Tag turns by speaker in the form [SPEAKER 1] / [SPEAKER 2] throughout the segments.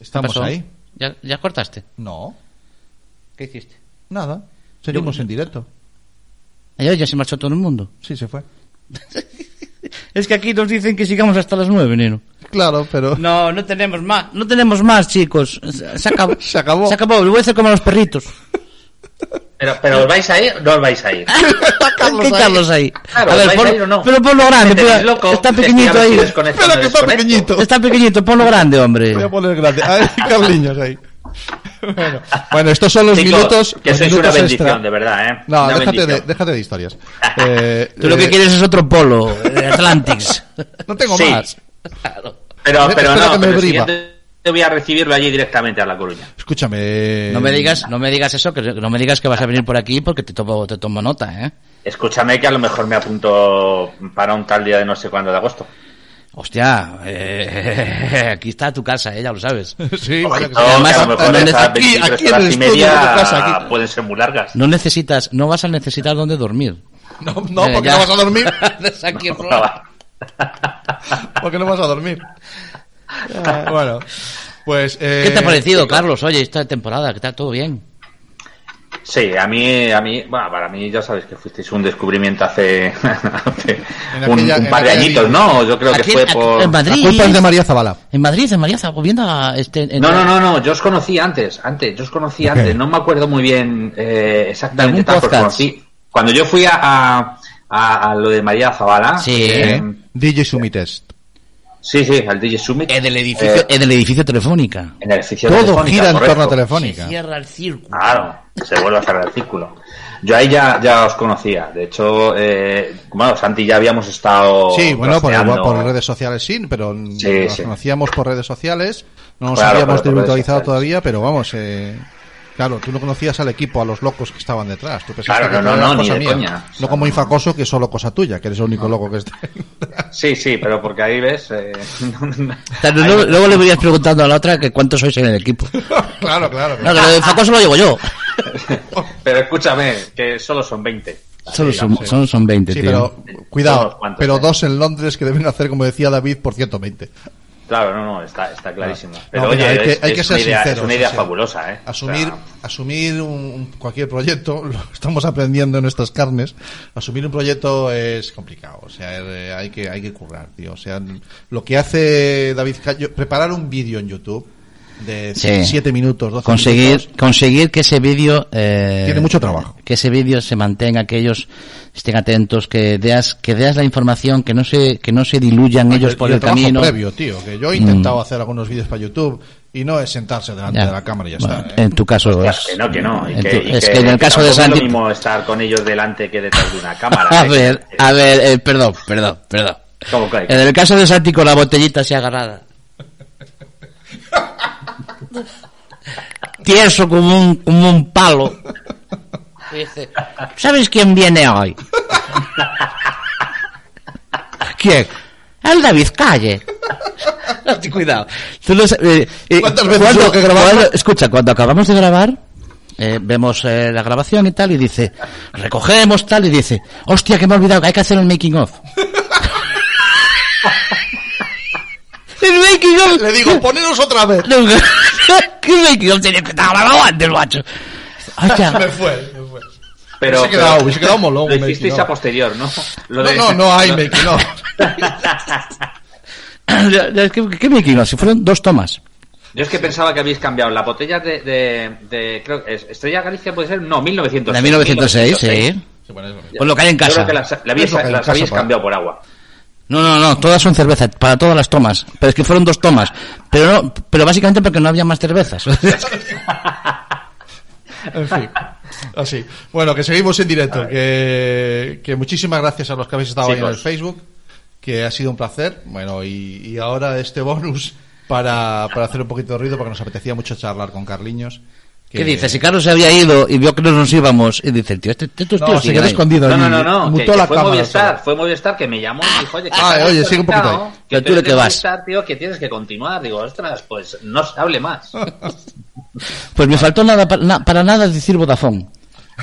[SPEAKER 1] ¿Estamos
[SPEAKER 2] pasó?
[SPEAKER 1] ahí?
[SPEAKER 2] ¿Ya, ya cortaste?
[SPEAKER 1] No,
[SPEAKER 2] ¿Qué hiciste?
[SPEAKER 1] nada. Seguimos
[SPEAKER 2] Yo-
[SPEAKER 1] en directo.
[SPEAKER 2] Allá ya se marchó todo el mundo.
[SPEAKER 1] Sí, se fue.
[SPEAKER 2] Es que aquí nos dicen que sigamos hasta las nueve, neno.
[SPEAKER 1] Claro, pero...
[SPEAKER 2] No, no tenemos más. No tenemos más, chicos. Se, se acabó.
[SPEAKER 1] Se acabó.
[SPEAKER 2] Se acabó. Lo voy a hacer como a los perritos.
[SPEAKER 3] Pero, pero ¿os vais a ir? No os vais a
[SPEAKER 2] Ah,
[SPEAKER 3] ir.
[SPEAKER 2] ¿Qué Carlos ahí?
[SPEAKER 3] Claro,
[SPEAKER 2] a ver,
[SPEAKER 3] ¿vais
[SPEAKER 2] pon-
[SPEAKER 3] a ir o no?
[SPEAKER 2] pero ponlo grande.
[SPEAKER 3] Me tenéis
[SPEAKER 2] pon-
[SPEAKER 3] loco,
[SPEAKER 2] está
[SPEAKER 3] estoy
[SPEAKER 2] pequeñito
[SPEAKER 3] a ver si
[SPEAKER 2] ahí.
[SPEAKER 3] desconecto,
[SPEAKER 1] Espera,
[SPEAKER 3] no
[SPEAKER 1] que está
[SPEAKER 3] desconecto.
[SPEAKER 1] pequeñito.
[SPEAKER 2] Está pequeñito. Ponlo grande,
[SPEAKER 1] Voy a
[SPEAKER 2] hombre.
[SPEAKER 1] poner grande. Ay, Carliños ahí. Bueno, bueno, estos son los
[SPEAKER 3] Chicos,
[SPEAKER 1] minutos.
[SPEAKER 3] que
[SPEAKER 1] los
[SPEAKER 3] sois
[SPEAKER 1] minutos
[SPEAKER 3] una bendición,
[SPEAKER 1] extra.
[SPEAKER 3] de verdad, ¿eh?
[SPEAKER 1] No,
[SPEAKER 3] Una
[SPEAKER 1] déjate de,
[SPEAKER 3] bendición.
[SPEAKER 1] déjate de historias. Eh,
[SPEAKER 2] Tú lo que
[SPEAKER 1] eh,
[SPEAKER 2] quieres es otro polo. de Atlantics.
[SPEAKER 1] No tengo
[SPEAKER 3] Sí.
[SPEAKER 1] más.
[SPEAKER 3] Pero,
[SPEAKER 1] Espera
[SPEAKER 3] pero
[SPEAKER 1] que
[SPEAKER 3] no,
[SPEAKER 1] me
[SPEAKER 3] pero el
[SPEAKER 1] briba.
[SPEAKER 3] siguiente voy a recibirlo allí directamente a La Coruña.
[SPEAKER 1] Escúchame.
[SPEAKER 2] No me digas, no me digas eso, que no me digas que vas a venir por aquí porque te tomo, te tomo nota, ¿eh?
[SPEAKER 3] Escúchame que a lo mejor me apunto para un tal día de no sé cuándo de agosto.
[SPEAKER 2] Hostia, eh, aquí está tu casa, ¿eh? ya lo sabes.
[SPEAKER 1] Sí, vaya que
[SPEAKER 3] Ojito,
[SPEAKER 1] sí.
[SPEAKER 2] además,
[SPEAKER 3] que a lo mejor
[SPEAKER 2] no
[SPEAKER 3] esas
[SPEAKER 2] está-
[SPEAKER 1] aquí-
[SPEAKER 3] 23
[SPEAKER 1] aquí en el
[SPEAKER 3] horas y
[SPEAKER 1] estudio de
[SPEAKER 3] media
[SPEAKER 1] tu casa, aquí.
[SPEAKER 3] pueden ser muy largas.
[SPEAKER 2] No necesitas, no vas a necesitar dónde dormir.
[SPEAKER 1] No, no,
[SPEAKER 2] Eh,
[SPEAKER 1] porque
[SPEAKER 2] ya.
[SPEAKER 1] no vas a dormir.
[SPEAKER 2] Andas aquí,
[SPEAKER 3] No, va.
[SPEAKER 1] Porque no vas a dormir. Ah, Bueno, pues. eh,
[SPEAKER 2] ¿Qué te ha parecido, Carlos? Oye, esta temporada, ¿qué tal? ¿Todo bien?
[SPEAKER 3] Sí, a mí, a mí, bueno, para mí ya sabéis que fuisteis un descubrimiento hace, hace
[SPEAKER 1] En
[SPEAKER 3] un,
[SPEAKER 1] aquella-
[SPEAKER 3] un
[SPEAKER 1] en
[SPEAKER 3] par de
[SPEAKER 1] aquella
[SPEAKER 3] añitos,
[SPEAKER 1] vida.
[SPEAKER 3] ¿no? Yo creo que
[SPEAKER 2] Aquí-
[SPEAKER 3] fue
[SPEAKER 2] aquí-
[SPEAKER 3] por...
[SPEAKER 2] en Madrid.
[SPEAKER 1] La culpa es de María Zabala.
[SPEAKER 2] En Madrid, en María Zagovienda, este... en-
[SPEAKER 3] No, no, no, no, yo os conocí antes, antes, yo os conocí
[SPEAKER 1] Ok.
[SPEAKER 3] antes, no me acuerdo muy bien eh,
[SPEAKER 2] ¿De algún
[SPEAKER 3] exactamente tal, pero os
[SPEAKER 2] podcast?
[SPEAKER 3] conocí. Cuando yo fui a, a, a- a lo de María Zavala,
[SPEAKER 2] Sí.
[SPEAKER 3] eh,
[SPEAKER 2] Mm.
[SPEAKER 1] DJ Sumitest.
[SPEAKER 3] sí, sí, al DJ Summit,
[SPEAKER 2] En el edificio,
[SPEAKER 3] eh,
[SPEAKER 2] en el edificio Telefónica.
[SPEAKER 3] en el edificio
[SPEAKER 1] Todo
[SPEAKER 3] Telefónica,
[SPEAKER 1] gira en
[SPEAKER 3] correcto.
[SPEAKER 1] torno a
[SPEAKER 2] Se
[SPEAKER 1] Telefónica.
[SPEAKER 2] cierra el círculo.
[SPEAKER 3] Claro, se vuelve a cerrar el círculo. Yo ahí ya, ya os conocía, de hecho, eh, bueno, Santi ya habíamos estado...
[SPEAKER 1] Sí, bueno, por,
[SPEAKER 3] rastreando.
[SPEAKER 1] por redes sociales sí, pero
[SPEAKER 3] Sí,
[SPEAKER 1] nos
[SPEAKER 3] sí.
[SPEAKER 1] conocíamos por redes sociales, no nos
[SPEAKER 3] Claro,
[SPEAKER 1] habíamos
[SPEAKER 3] pero por redes
[SPEAKER 1] desvirtualizado
[SPEAKER 3] sociales.
[SPEAKER 1] todavía, pero vamos, eh, claro, tú no conocías al equipo, a los locos que estaban detrás. Tú pensaste
[SPEAKER 3] Claro,
[SPEAKER 1] que
[SPEAKER 3] no,
[SPEAKER 1] todo
[SPEAKER 3] no,
[SPEAKER 1] era
[SPEAKER 3] no, ni
[SPEAKER 1] cosa
[SPEAKER 3] de
[SPEAKER 1] mía.
[SPEAKER 3] coña. O
[SPEAKER 1] No
[SPEAKER 3] sea,
[SPEAKER 1] como
[SPEAKER 3] no.
[SPEAKER 1] Infacoso, que es solo cosa tuya, que eres el único loco que está.
[SPEAKER 3] Sí, sí, pero porque ahí ves... eh,
[SPEAKER 2] O sea, luego, luego le irías preguntando a la otra que cuántos sois en el equipo.
[SPEAKER 1] claro, claro.
[SPEAKER 2] No, que lo de Facoso lo llevo yo.
[SPEAKER 3] Pero escúchame, que solo son 20.
[SPEAKER 2] Solo son, solo son 20,
[SPEAKER 1] eh. Sí,
[SPEAKER 2] tío.
[SPEAKER 1] pero
[SPEAKER 3] Son
[SPEAKER 1] cuidado,
[SPEAKER 3] unos cuantos,
[SPEAKER 1] pero
[SPEAKER 3] eh.
[SPEAKER 1] dos en Londres que deben hacer, como decía David, por 120.
[SPEAKER 3] Claro, no, no, está, está clarísimo. Pero
[SPEAKER 1] No,
[SPEAKER 3] oye,
[SPEAKER 1] mira, hay que,
[SPEAKER 3] es,
[SPEAKER 1] hay que
[SPEAKER 3] es
[SPEAKER 1] ser
[SPEAKER 3] una idea,
[SPEAKER 1] sinceros.
[SPEAKER 3] es una idea
[SPEAKER 1] o sea,
[SPEAKER 3] fabulosa, ¿eh?
[SPEAKER 1] Asumir,
[SPEAKER 3] O sea,
[SPEAKER 1] asumir un, un- cualquier proyecto, lo estamos aprendiendo en nuestras carnes, asumir un proyecto es complicado. O sea, eh, hay que, hay que currar, tío. O sea, lo que hace David Callo, preparar un vídeo en YouTube de
[SPEAKER 2] Sí.
[SPEAKER 1] 7 minutos, 12
[SPEAKER 2] conseguir
[SPEAKER 1] minutos,
[SPEAKER 2] conseguir que ese vídeo eh,
[SPEAKER 1] Tiene mucho trabajo.
[SPEAKER 2] que ese vídeo se mantenga que ellos estén atentos que deas que deas la información que no se que no se diluyan
[SPEAKER 1] Y
[SPEAKER 2] ellos por
[SPEAKER 1] y
[SPEAKER 2] el,
[SPEAKER 1] trabajo
[SPEAKER 2] camino Mm.
[SPEAKER 1] previo, tío. Que yo he intentado hacer algunos vídeos para YouTube y no es sentarse delante
[SPEAKER 2] Ya.
[SPEAKER 1] de la cámara y ya
[SPEAKER 2] Bueno,
[SPEAKER 1] está. ¿eh?
[SPEAKER 2] En tu caso
[SPEAKER 3] claro,
[SPEAKER 2] es
[SPEAKER 3] que no, que no. y
[SPEAKER 2] en
[SPEAKER 3] que-
[SPEAKER 2] tu-
[SPEAKER 3] y
[SPEAKER 2] es que en el caso de
[SPEAKER 3] tampoco Es
[SPEAKER 2] Santi
[SPEAKER 3] lo mismo estar con ellos delante que detrás de una cámara.
[SPEAKER 2] a
[SPEAKER 3] ¿eh?
[SPEAKER 2] ver a ver eh, perdón perdón perdón
[SPEAKER 3] ¿Cómo que?
[SPEAKER 2] en el caso de Santi con la botellita así agarrada tieso como un como un palo Y dice ¿sabes quién viene hoy? ¿Quién? El David Calle. Cuidado. Tú lo sa- eh, eh,
[SPEAKER 1] ¿Cuántas veces
[SPEAKER 2] cuando-
[SPEAKER 1] tengo que grabarlo?
[SPEAKER 2] cuando- escucha, cuando acabamos de grabar, eh, vemos eh, la grabación y tal, y dice, recogemos tal, y dice, hostia, que me he olvidado, que hay que hacer el making of. el making of.
[SPEAKER 1] Le digo, poneros otra vez.
[SPEAKER 2] ¿Qué making of tenía que estar grabado antes, macho?
[SPEAKER 1] me
[SPEAKER 2] Hostia.
[SPEAKER 1] fue, me fue.
[SPEAKER 3] Pero,
[SPEAKER 1] se ha quedado- se ha quedado molón, me
[SPEAKER 3] Lo
[SPEAKER 1] he
[SPEAKER 3] hicisteis
[SPEAKER 1] quedado.
[SPEAKER 3] a posterior, ¿no? Lo
[SPEAKER 1] No,
[SPEAKER 3] de-
[SPEAKER 1] no, no hay make, no.
[SPEAKER 2] ¿Qué, qué making of? Si fueron dos tomas.
[SPEAKER 3] Yo es que pensaba que habéis cambiado la botella de, de, de- creo que es- Estrella Galicia puede ser, no, 1906.
[SPEAKER 2] La 1906, sí.
[SPEAKER 1] Sí, bueno, es lo mismo.
[SPEAKER 2] Con lo que hay en
[SPEAKER 3] Yo
[SPEAKER 2] casa.
[SPEAKER 3] creo que las, la
[SPEAKER 1] Es
[SPEAKER 3] habéis,
[SPEAKER 1] lo que hay en
[SPEAKER 3] las
[SPEAKER 1] casa, pues.
[SPEAKER 3] habéis
[SPEAKER 1] para-
[SPEAKER 3] cambiado por agua.
[SPEAKER 2] No, no, no, todas son cervezas, para todas las tomas. Pero es que fueron dos tomas. Pero no, pero básicamente porque no había más cervezas.
[SPEAKER 1] En fin, así. Bueno, que seguimos en directo. Que, que muchísimas gracias a los que habéis estado ahí en el
[SPEAKER 3] Chicos.
[SPEAKER 1] Facebook, que ha sido un placer. Bueno, y, y ahora este bonus para, para hacer un poquito de ruido, porque nos apetecía mucho charlar con Carliños. que-
[SPEAKER 2] ¿Qué dices? Si Carlos se había ido y vio que no nos íbamos, y dice, tío, este, estos
[SPEAKER 1] No,
[SPEAKER 2] tíos
[SPEAKER 1] se
[SPEAKER 2] siguen
[SPEAKER 1] quedó
[SPEAKER 2] ahí.
[SPEAKER 1] escondido.
[SPEAKER 3] No,
[SPEAKER 1] allí.
[SPEAKER 3] no, no, no. que-
[SPEAKER 1] Mutó
[SPEAKER 3] que
[SPEAKER 1] la
[SPEAKER 3] fue
[SPEAKER 1] cámara.
[SPEAKER 3] Movistar, fue Movistar que me llamó y me dijo, oye, que
[SPEAKER 1] Ah,
[SPEAKER 3] estás
[SPEAKER 1] oye, sigue un poquito ahí.
[SPEAKER 3] conectado,
[SPEAKER 2] Pero tú
[SPEAKER 3] eres
[SPEAKER 2] le que
[SPEAKER 3] de
[SPEAKER 2] vas.
[SPEAKER 3] Movistar, tío, que tienes que continuar. Digo, ostras, pues no se hable más.
[SPEAKER 2] Pues me faltó nada pa- na- para nada decir Vodafone.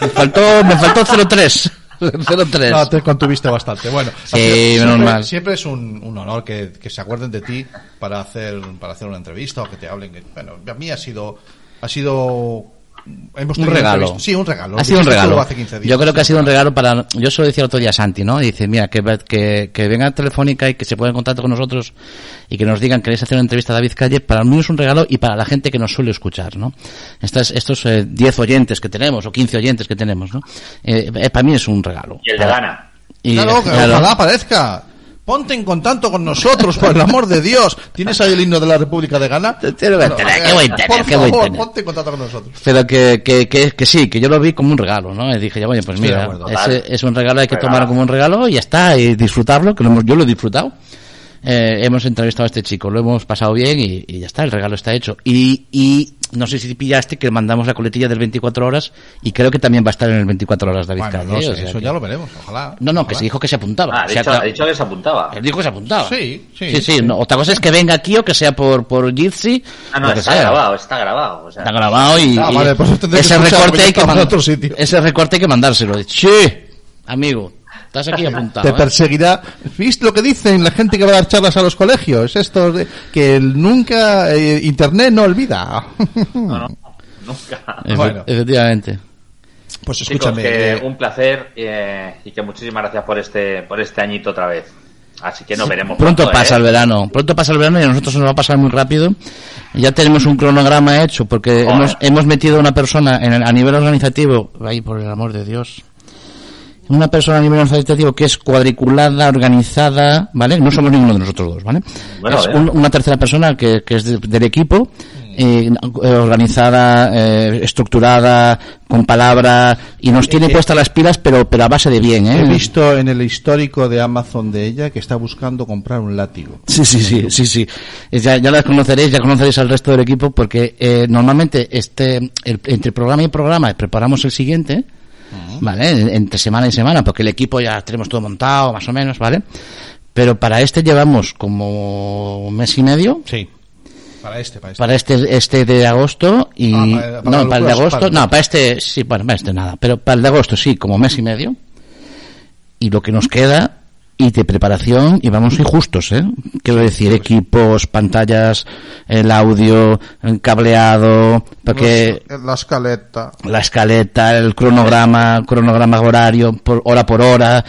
[SPEAKER 2] Me faltó, me faltó 03. 0-3.
[SPEAKER 1] No, te contuviste bastante. Bueno,
[SPEAKER 2] Sí,
[SPEAKER 1] ha sido- siempre,
[SPEAKER 2] menos mal.
[SPEAKER 1] siempre es un, un honor que, que se acuerden de ti para hacer, para hacer una entrevista o que te hablen. que- Bueno, a mí ha sido, ha sido, hemos
[SPEAKER 2] Un
[SPEAKER 1] tenido
[SPEAKER 2] regalo.
[SPEAKER 1] Pues entrevistas- Sí, un regalo.
[SPEAKER 2] Ha sido un
[SPEAKER 1] Dijiste tú
[SPEAKER 2] regalo.
[SPEAKER 1] hace 15 días.
[SPEAKER 2] Yo creo que ha sido un regalo para. Yo se lo decía el otro día a Santi, ¿no? Y dice, mira, que, va- que, que venga Telefónica y que se ponga en contacto con nosotros y que nos digan que queréis hacer una entrevista a David Calle. Para mí es un regalo y para la gente que nos suele escuchar, ¿no? Estas, estos eh, 10 oyentes que tenemos o 15 oyentes que tenemos, ¿no? Eh, eh, para mí es un regalo.
[SPEAKER 3] Y el de gana.
[SPEAKER 2] Y,
[SPEAKER 1] claro, que
[SPEAKER 2] claro.
[SPEAKER 1] ojalá aparezca. Ponte en contacto con nosotros, por el amor de Dios. ¿Tienes ahí el himno de la República de Ghana? Eh,
[SPEAKER 2] Tiene que tener, qué buen tener,
[SPEAKER 1] por
[SPEAKER 2] qué buen
[SPEAKER 1] favor,
[SPEAKER 2] tener.
[SPEAKER 1] ponte en contacto con nosotros.
[SPEAKER 2] Pero que, que, que, que sí, que yo lo vi como un regalo, ¿no? Y dije, ya, oye, pues
[SPEAKER 1] Estoy de
[SPEAKER 2] mira,
[SPEAKER 1] acuerdo,
[SPEAKER 2] ese-
[SPEAKER 3] tal.
[SPEAKER 2] es un regalo, hay que
[SPEAKER 3] Regalo.
[SPEAKER 2] tomarlo como un regalo y ya está, y disfrutarlo, que lo hemos- yo lo he disfrutado. Eh, hemos entrevistado a este chico, lo hemos pasado bien y, y ya está, el regalo está hecho. Y, y no sé si pillaste que mandamos la coletilla del 24 horas y creo que también va a estar en el 24 horas David
[SPEAKER 1] Bueno,
[SPEAKER 2] Calle,
[SPEAKER 1] no sé,
[SPEAKER 2] o sea
[SPEAKER 1] eso
[SPEAKER 2] que-
[SPEAKER 1] ya lo veremos, ojalá.
[SPEAKER 2] No, no, que
[SPEAKER 1] ojalá.
[SPEAKER 2] se dijo que se apuntaba.
[SPEAKER 3] Ah, ha
[SPEAKER 2] Se ha
[SPEAKER 3] dicho,
[SPEAKER 2] tra-
[SPEAKER 3] ha dicho que se apuntaba.
[SPEAKER 2] él dijo que se apuntaba.
[SPEAKER 1] Sí, sí.
[SPEAKER 2] Sí, sí, no, otra cosa es que venga aquí o que sea por, por Jitsi.
[SPEAKER 3] Ah, no,
[SPEAKER 2] lo que
[SPEAKER 3] está
[SPEAKER 2] sea.
[SPEAKER 3] grabado, está grabado. O sea,
[SPEAKER 2] Está grabado y,
[SPEAKER 1] Ah,
[SPEAKER 2] y
[SPEAKER 1] vale, pues tendré que
[SPEAKER 2] ese
[SPEAKER 1] escuchar,
[SPEAKER 2] recorte
[SPEAKER 1] porque
[SPEAKER 2] hay que
[SPEAKER 1] estaba en
[SPEAKER 2] mandar-
[SPEAKER 1] otro sitio.
[SPEAKER 2] Ese recorte hay que mandárselo. Sí, amigo, estás aquí apuntado.
[SPEAKER 1] Te
[SPEAKER 2] ¿eh?
[SPEAKER 1] perseguirá. ¿Viste lo que dicen la gente que va a dar charlas a los colegios? Esto de- que el nunca eh, Internet no olvida. Pues
[SPEAKER 3] no, no, nunca.
[SPEAKER 2] Efe-
[SPEAKER 1] Bueno.
[SPEAKER 2] Efectivamente.
[SPEAKER 1] Pues
[SPEAKER 3] Chicos,
[SPEAKER 1] escúchame.
[SPEAKER 3] que
[SPEAKER 1] eh,
[SPEAKER 3] un placer eh, y que muchísimas gracias por este por este añito otra vez. Así que nos veremos.
[SPEAKER 2] Pronto pasa
[SPEAKER 3] ¿eh?
[SPEAKER 2] el verano, pronto pasa el verano y a nosotros nos va a pasar muy rápido. Ya tenemos un cronograma hecho porque
[SPEAKER 3] Joder.
[SPEAKER 2] hemos, hemos metido a una persona en el- a nivel organizativo, ay por el amor de Dios, una persona a nivel organizativo que es cuadriculada, organizada, ¿vale? No somos ninguno de nosotros dos, ¿vale?
[SPEAKER 3] Bueno,
[SPEAKER 2] es
[SPEAKER 3] bien.
[SPEAKER 2] un- una tercera persona que, que es de- del equipo, eh, eh, organizada, eh, estructurada, con palabra, y nos tiene puestas las pilas, pero, pero a base de bien, ¿eh?
[SPEAKER 1] He visto en el histórico de Amazon de ella que está buscando comprar un látigo.
[SPEAKER 2] Sí, sí, sí, sí, sí. Eh, Ya, ya las conoceréis, ya conoceréis al resto del equipo, porque eh, normalmente este, el- entre programa y programa preparamos el siguiente, ¿vale? En- Entre semana y semana, porque el equipo ya tenemos todo montado, más o menos, ¿vale? Pero para este llevamos como un mes y medio,
[SPEAKER 1] Sí. Para este, para este.
[SPEAKER 2] para este este de agosto y
[SPEAKER 1] Ah, para- para
[SPEAKER 2] no para el de
[SPEAKER 1] Lucas,
[SPEAKER 2] agosto
[SPEAKER 1] para el-
[SPEAKER 2] no para este sí bueno para este nada pero para el de agosto sí como mes y medio y lo que nos queda y de preparación y vamos injustos eh quiero decir equipos pantallas el audio el cableado porque
[SPEAKER 1] La escaleta.
[SPEAKER 2] la escaleta, el cronograma, el cronograma horario, por, hora por hora,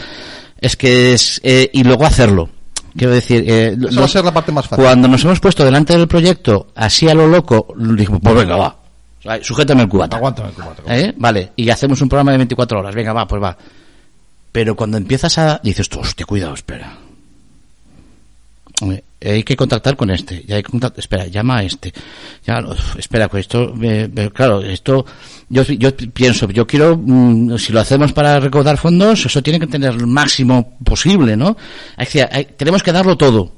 [SPEAKER 2] es que es, eh, y luego hacerlo. Quiero decir, eh,
[SPEAKER 1] Esa va a ser la parte más fácil.
[SPEAKER 2] Cuando nos hemos puesto delante del proyecto, así a lo loco, dijimos, pues venga, va, O sea, sujétame el cubata.
[SPEAKER 1] Aguántame, cubata.
[SPEAKER 2] ¿Eh? Vale, y hacemos un programa de 24 horas, venga, va, pues va. Pero cuando empiezas a... Dices tú, hostia, cuidado, espera. Eh, Hay que contactar con este, ya hay que contactar, espera, llama a este. Ya, uf, espera, pues esto, eh, eh, claro, esto, yo, yo pienso, yo quiero, mm, si lo hacemos para recaudar fondos, eso tiene que tener el máximo posible, ¿no? Es decir, hay- tenemos que darlo todo,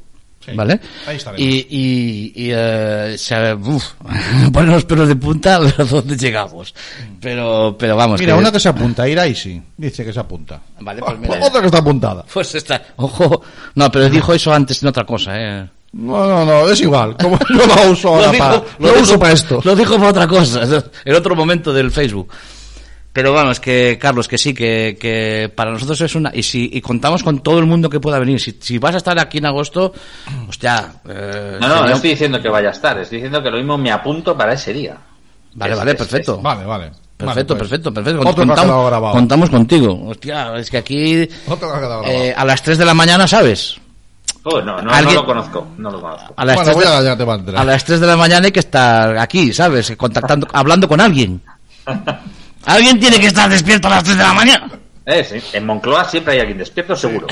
[SPEAKER 1] Sí,
[SPEAKER 2] ¿vale?
[SPEAKER 1] ahí estaremos.
[SPEAKER 2] Y, y, y eh, se, uf, ponen los pelos de punta a ver dónde llegamos. Pero, pero vamos.
[SPEAKER 1] Mira,
[SPEAKER 2] que-
[SPEAKER 1] una que se apunta, Iraisi. Dice que se apunta.
[SPEAKER 2] Vale, pues mira.
[SPEAKER 1] Otra que está apuntada.
[SPEAKER 2] Pues está, ojo. No, pero dijo eso antes en otra cosa, eh.
[SPEAKER 1] No, no, no, es igual. Como yo la uso ahora
[SPEAKER 2] dijo-
[SPEAKER 1] para,
[SPEAKER 2] lo
[SPEAKER 1] lo
[SPEAKER 2] dijo-
[SPEAKER 1] uso para esto.
[SPEAKER 2] Lo dijo para otra cosa, en otro momento del Facebook. Pero vamos, que Carlos, que sí, que, que para nosotros es una... Y si y contamos con todo el mundo que pueda venir. Si, si vas a estar aquí en agosto, hostia... eh,
[SPEAKER 3] No, no,
[SPEAKER 2] sería-
[SPEAKER 3] no estoy diciendo que vaya a estar, estoy diciendo que lo mismo me apunto para ese día.
[SPEAKER 2] Vale,
[SPEAKER 3] Es-
[SPEAKER 2] vale,
[SPEAKER 3] es-
[SPEAKER 2] perfecto.
[SPEAKER 1] Vale, vale.
[SPEAKER 2] Perfecto,
[SPEAKER 1] Vale, pues.
[SPEAKER 2] perfecto, perfecto.
[SPEAKER 1] Otro que ha quedado
[SPEAKER 2] Contamos,
[SPEAKER 1] grabado.
[SPEAKER 2] contamos contigo. Hostia, es que aquí
[SPEAKER 1] Otro que ha quedado grabado.
[SPEAKER 2] eh, a las 3 de la mañana, ¿sabes?
[SPEAKER 3] es- Oh, no, no, no
[SPEAKER 2] Alguien-
[SPEAKER 3] lo conozco, no lo conozco.
[SPEAKER 2] A las,
[SPEAKER 1] Bueno,
[SPEAKER 2] 3
[SPEAKER 1] voy
[SPEAKER 2] de,
[SPEAKER 1] a, ya te va a entrar.
[SPEAKER 2] a las 3 de la mañana hay que estar aquí, ¿sabes? Contactando, hablando con alguien. Alguien tiene que estar despierto a las 3 de la mañana.
[SPEAKER 3] Eh, sí, en Moncloa siempre hay alguien despierto, seguro.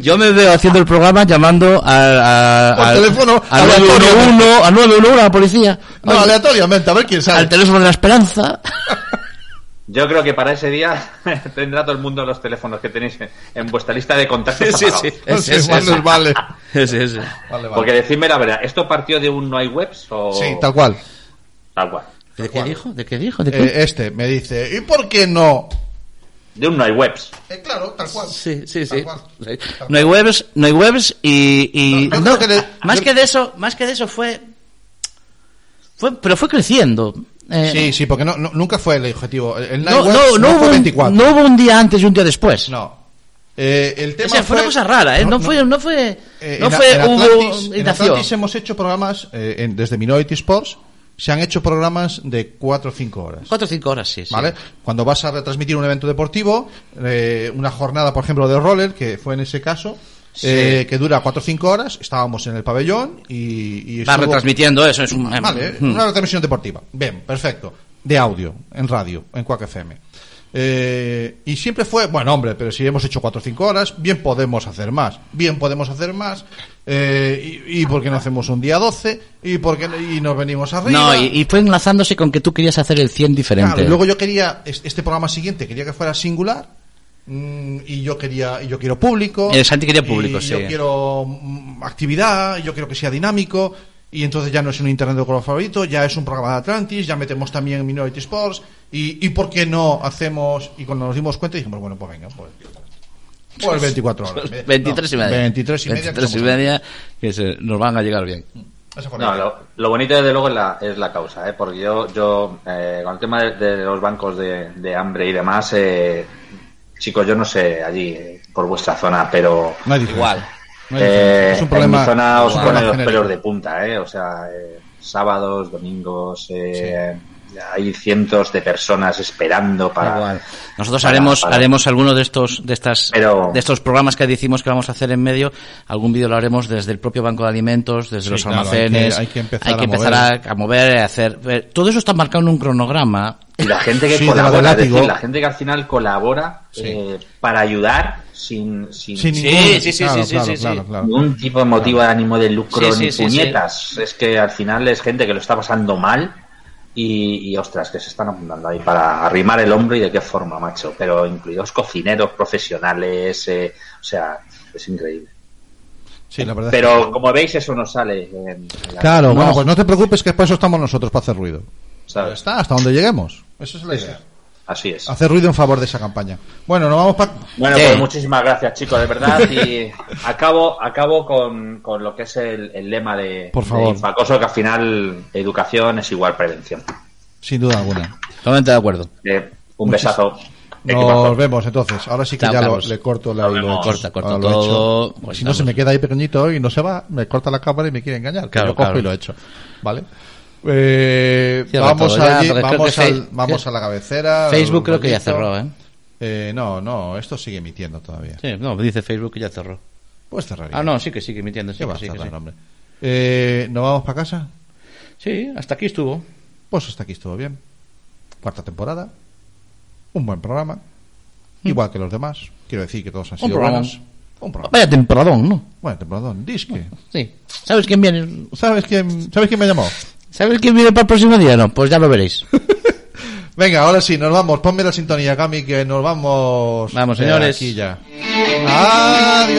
[SPEAKER 2] Yo me veo haciendo el programa llamando al a,
[SPEAKER 1] Por
[SPEAKER 2] al-
[SPEAKER 1] teléfono,
[SPEAKER 2] al
[SPEAKER 1] aleatorio.
[SPEAKER 2] 911, al 911, a la policía.
[SPEAKER 1] No,
[SPEAKER 2] Oye,
[SPEAKER 1] aleatoriamente, a ver quién
[SPEAKER 2] al
[SPEAKER 1] sale.
[SPEAKER 2] teléfono de la esperanza.
[SPEAKER 3] Yo creo que para ese día tendrá todo el mundo los teléfonos que tenéis en, en vuestra lista de contactos. apagados.
[SPEAKER 1] No
[SPEAKER 2] Ese,
[SPEAKER 1] sé,
[SPEAKER 2] ese,
[SPEAKER 1] más les
[SPEAKER 2] ese.
[SPEAKER 1] vale.
[SPEAKER 2] Ese, ese.
[SPEAKER 1] Vale, vale.
[SPEAKER 3] Porque decidme la verdad, ¿esto partió de un no hay webs o
[SPEAKER 1] Sí, tal cual.
[SPEAKER 3] Tal cual.
[SPEAKER 2] ¿De qué dijo? ¿De qué dijo? ¿De qué?
[SPEAKER 1] Eh, este me dice, ¿y por qué no?
[SPEAKER 3] De un no hay webs.
[SPEAKER 1] Eh, claro, tal cual.
[SPEAKER 2] Sí, sí,
[SPEAKER 1] Tal
[SPEAKER 2] sí.
[SPEAKER 1] cual.
[SPEAKER 2] Sí. No hay webs, no hay webs y, y-
[SPEAKER 1] No, yo
[SPEAKER 2] no,
[SPEAKER 1] creo que le-
[SPEAKER 2] más
[SPEAKER 1] yo-
[SPEAKER 2] que de eso, más que de eso fue, fue, pero fue creciendo. eh,
[SPEAKER 1] Sí, sí, porque no, no- nunca fue el objetivo. El
[SPEAKER 2] no,
[SPEAKER 1] Nightwatch
[SPEAKER 2] no, no
[SPEAKER 1] fue
[SPEAKER 2] hubo un,
[SPEAKER 1] 24.
[SPEAKER 2] no hubo un día antes y un día después.
[SPEAKER 1] No. Eh, el tema
[SPEAKER 2] o sea, fue, una cosa rara, ¿eh? No, fue, no fue,
[SPEAKER 1] Eh,
[SPEAKER 2] no
[SPEAKER 1] en,
[SPEAKER 2] fue,
[SPEAKER 1] en
[SPEAKER 2] hubo
[SPEAKER 1] Atlantis, en
[SPEAKER 2] irritación.
[SPEAKER 1] Atlantis hemos hecho programas, eh, en- desde Minority Sports, se han hecho programas de 4 o 5 horas.
[SPEAKER 2] Cuatro o cinco horas, sí. sí.
[SPEAKER 1] ¿Vale? Cuando vas a retransmitir un evento deportivo, eh, una jornada, por ejemplo, de roller, que fue en ese caso, eh, que dura 4 o 5 horas, estábamos en el pabellón y... y
[SPEAKER 2] Va
[SPEAKER 1] estuvo-
[SPEAKER 2] retransmitiendo eso, es un...
[SPEAKER 1] Vale,
[SPEAKER 2] Mm.
[SPEAKER 1] una retransmisión deportiva. Bien, perfecto. De audio, en radio, en Quack FM. Eh, y siempre fue, bueno, hombre, pero si hemos hecho 4 o 5 horas, bien podemos hacer más. Bien podemos hacer más. eh, y, y por qué no hacemos un día 12? ¿Y por qué no- y nos venimos arriba?
[SPEAKER 2] No, y, y fue enlazándose con que tú querías hacer el 100 diferente.
[SPEAKER 1] Claro, y luego yo quería, es- este programa siguiente, quería que fuera singular. mm, Y yo quería, y yo quiero público.
[SPEAKER 2] El Eh, Santi quería público,
[SPEAKER 1] y
[SPEAKER 2] sí.
[SPEAKER 1] Yo quiero mm, actividad, y yo quiero que sea dinámico. Y entonces ya no es un internet de color favorito, ya es un programa de Atlantis, ya metemos también Minority Sports. Y, y por qué no hacemos, y cuando nos dimos cuenta dijimos, bueno, pues venga, pues. pues 24 horas. No,
[SPEAKER 2] 23 y media.
[SPEAKER 1] 23 y media. que
[SPEAKER 2] 23 y
[SPEAKER 1] somos-
[SPEAKER 2] media, que se, nos van a llegar bien.
[SPEAKER 1] esa fue la
[SPEAKER 3] No,
[SPEAKER 1] idea.
[SPEAKER 3] lo, lo bonito desde luego es la, es la causa, ¿eh? porque yo, yo eh, con el tema de, de los bancos de, de hambre y demás, eh, chicos, yo no sé allí eh, por vuestra zona, pero
[SPEAKER 1] No hay diferencia.
[SPEAKER 2] Igual.
[SPEAKER 1] No hay diferencia.
[SPEAKER 3] eh,
[SPEAKER 1] es un problema.
[SPEAKER 3] en mi zona os
[SPEAKER 1] es un
[SPEAKER 3] ponen
[SPEAKER 1] problema
[SPEAKER 3] los
[SPEAKER 1] genérico.
[SPEAKER 3] pelos de punta, ¿eh? o sea, eh, sábados, domingos, eh, hay cientos de personas esperando para...
[SPEAKER 2] Igual. Nosotros
[SPEAKER 3] para-
[SPEAKER 2] haremos
[SPEAKER 3] para-
[SPEAKER 2] haremos alguno de estos de estas
[SPEAKER 3] Pero-
[SPEAKER 2] de estos programas que decimos que vamos a hacer en medio, algún vídeo lo haremos desde el propio banco de alimentos, desde
[SPEAKER 1] Sí,
[SPEAKER 2] los
[SPEAKER 1] claro, hay que-
[SPEAKER 2] almacenes,
[SPEAKER 1] hay que empezar
[SPEAKER 2] hay que
[SPEAKER 1] a
[SPEAKER 2] empezar a, a mover, a hacer ver, todo eso está marcado en un cronograma.
[SPEAKER 3] Y la gente que
[SPEAKER 1] Sí, de la del
[SPEAKER 3] colabora, es decir,
[SPEAKER 1] látigo.
[SPEAKER 3] la gente que al final colabora
[SPEAKER 1] Sí.
[SPEAKER 3] eh, para ayudar sin, sin,
[SPEAKER 1] Sin
[SPEAKER 2] Sí,
[SPEAKER 1] ningún-
[SPEAKER 2] sí, sí,
[SPEAKER 1] claro,
[SPEAKER 2] sí, sí,
[SPEAKER 1] claro,
[SPEAKER 2] sí, sí.
[SPEAKER 1] claro, claro.
[SPEAKER 3] ningún tipo de motivo de ánimo de lucro
[SPEAKER 2] Sí, sí,
[SPEAKER 3] ni
[SPEAKER 2] sí,
[SPEAKER 3] puñetas. Es que al final es gente que lo está pasando mal y, y, ostras, que se están apuntando ahí para arrimar el hombro y de qué forma, macho. Pero incluidos cocineros, profesionales, eh, o sea, es increíble.
[SPEAKER 1] Sí, la verdad es que-
[SPEAKER 3] Pero como veis, eso no sale. en- en la-
[SPEAKER 1] Claro,
[SPEAKER 2] No.
[SPEAKER 1] bueno, pues no te preocupes que para eso estamos nosotros, para hacer ruido. Ya
[SPEAKER 3] ¿sabes?
[SPEAKER 1] está, hasta donde lleguemos. Esa es la idea.
[SPEAKER 3] Así es.
[SPEAKER 1] Hacer ruido en favor de esa campaña. Bueno, nos vamos para...
[SPEAKER 3] Bueno,
[SPEAKER 2] Sí.
[SPEAKER 3] pues muchísimas gracias, chicos, de verdad. Y acabo, acabo con, con lo que es el, el lema de,
[SPEAKER 1] Por favor.
[SPEAKER 3] de Infacoso, que al final educación es igual prevención.
[SPEAKER 1] Sin duda alguna.
[SPEAKER 2] Totalmente de acuerdo.
[SPEAKER 3] Eh, un besazo.
[SPEAKER 1] Nos
[SPEAKER 3] Equipazo.
[SPEAKER 1] vemos entonces. Ahora sí que
[SPEAKER 2] Chao,
[SPEAKER 1] ya lo,
[SPEAKER 2] Carlos.
[SPEAKER 1] le corto la...
[SPEAKER 3] Nos
[SPEAKER 1] lo-
[SPEAKER 3] vemos.
[SPEAKER 2] Corta, corta
[SPEAKER 1] ahora lo
[SPEAKER 2] todo,
[SPEAKER 1] he hecho.
[SPEAKER 2] pues
[SPEAKER 1] si no, se me queda ahí pequeñito y no se va, me corta la cámara y me quiere engañar. que
[SPEAKER 2] Claro,
[SPEAKER 1] yo cojo
[SPEAKER 2] claro.
[SPEAKER 1] y lo he hecho. ¿Vale. Eh,
[SPEAKER 2] Cierra
[SPEAKER 1] vamos
[SPEAKER 2] todo ya,
[SPEAKER 1] allí,
[SPEAKER 2] porque creo
[SPEAKER 1] vamos,
[SPEAKER 2] que
[SPEAKER 1] al,
[SPEAKER 2] Fe-
[SPEAKER 1] vamos a la cabecera.
[SPEAKER 2] Facebook
[SPEAKER 1] al
[SPEAKER 2] creo que ya
[SPEAKER 1] maldito.
[SPEAKER 2] cerró, ¿eh?
[SPEAKER 1] Eh, No, no, esto sigue emitiendo todavía.
[SPEAKER 2] Sí, no, dice Facebook que ya cerró.
[SPEAKER 1] Pues cerraría.
[SPEAKER 2] Ah, no, sí que sí que emitiendo, sí,
[SPEAKER 1] ¿Qué
[SPEAKER 2] que
[SPEAKER 1] va a
[SPEAKER 2] sí, que
[SPEAKER 1] cerrar,
[SPEAKER 2] sí.
[SPEAKER 1] hombre? Eh, ¿Nos vamos para casa?
[SPEAKER 2] Sí, hasta aquí estuvo.
[SPEAKER 1] Pues hasta aquí estuvo bien. Cuarta temporada. Un buen programa. Igual que los demás. Quiero decir que todos han sido
[SPEAKER 2] Mm. programa.
[SPEAKER 1] buenos. Un programa.
[SPEAKER 2] Vaya temporadón, ¿no?
[SPEAKER 1] Bueno, temporadón. Disque.
[SPEAKER 2] Sí. ¿Sabes quién viene?
[SPEAKER 1] ¿Sabes quién, ¿Sabes quién me llamó?
[SPEAKER 2] ¿Sabes quién viene para el próximo día? No, pues ya lo veréis.
[SPEAKER 1] Venga, ahora sí, nos vamos. Ponme la sintonía, Cami, que nos vamos. eh,
[SPEAKER 2] Vamos,
[SPEAKER 1] de
[SPEAKER 2] señores.
[SPEAKER 1] Aquí ya. Adiós.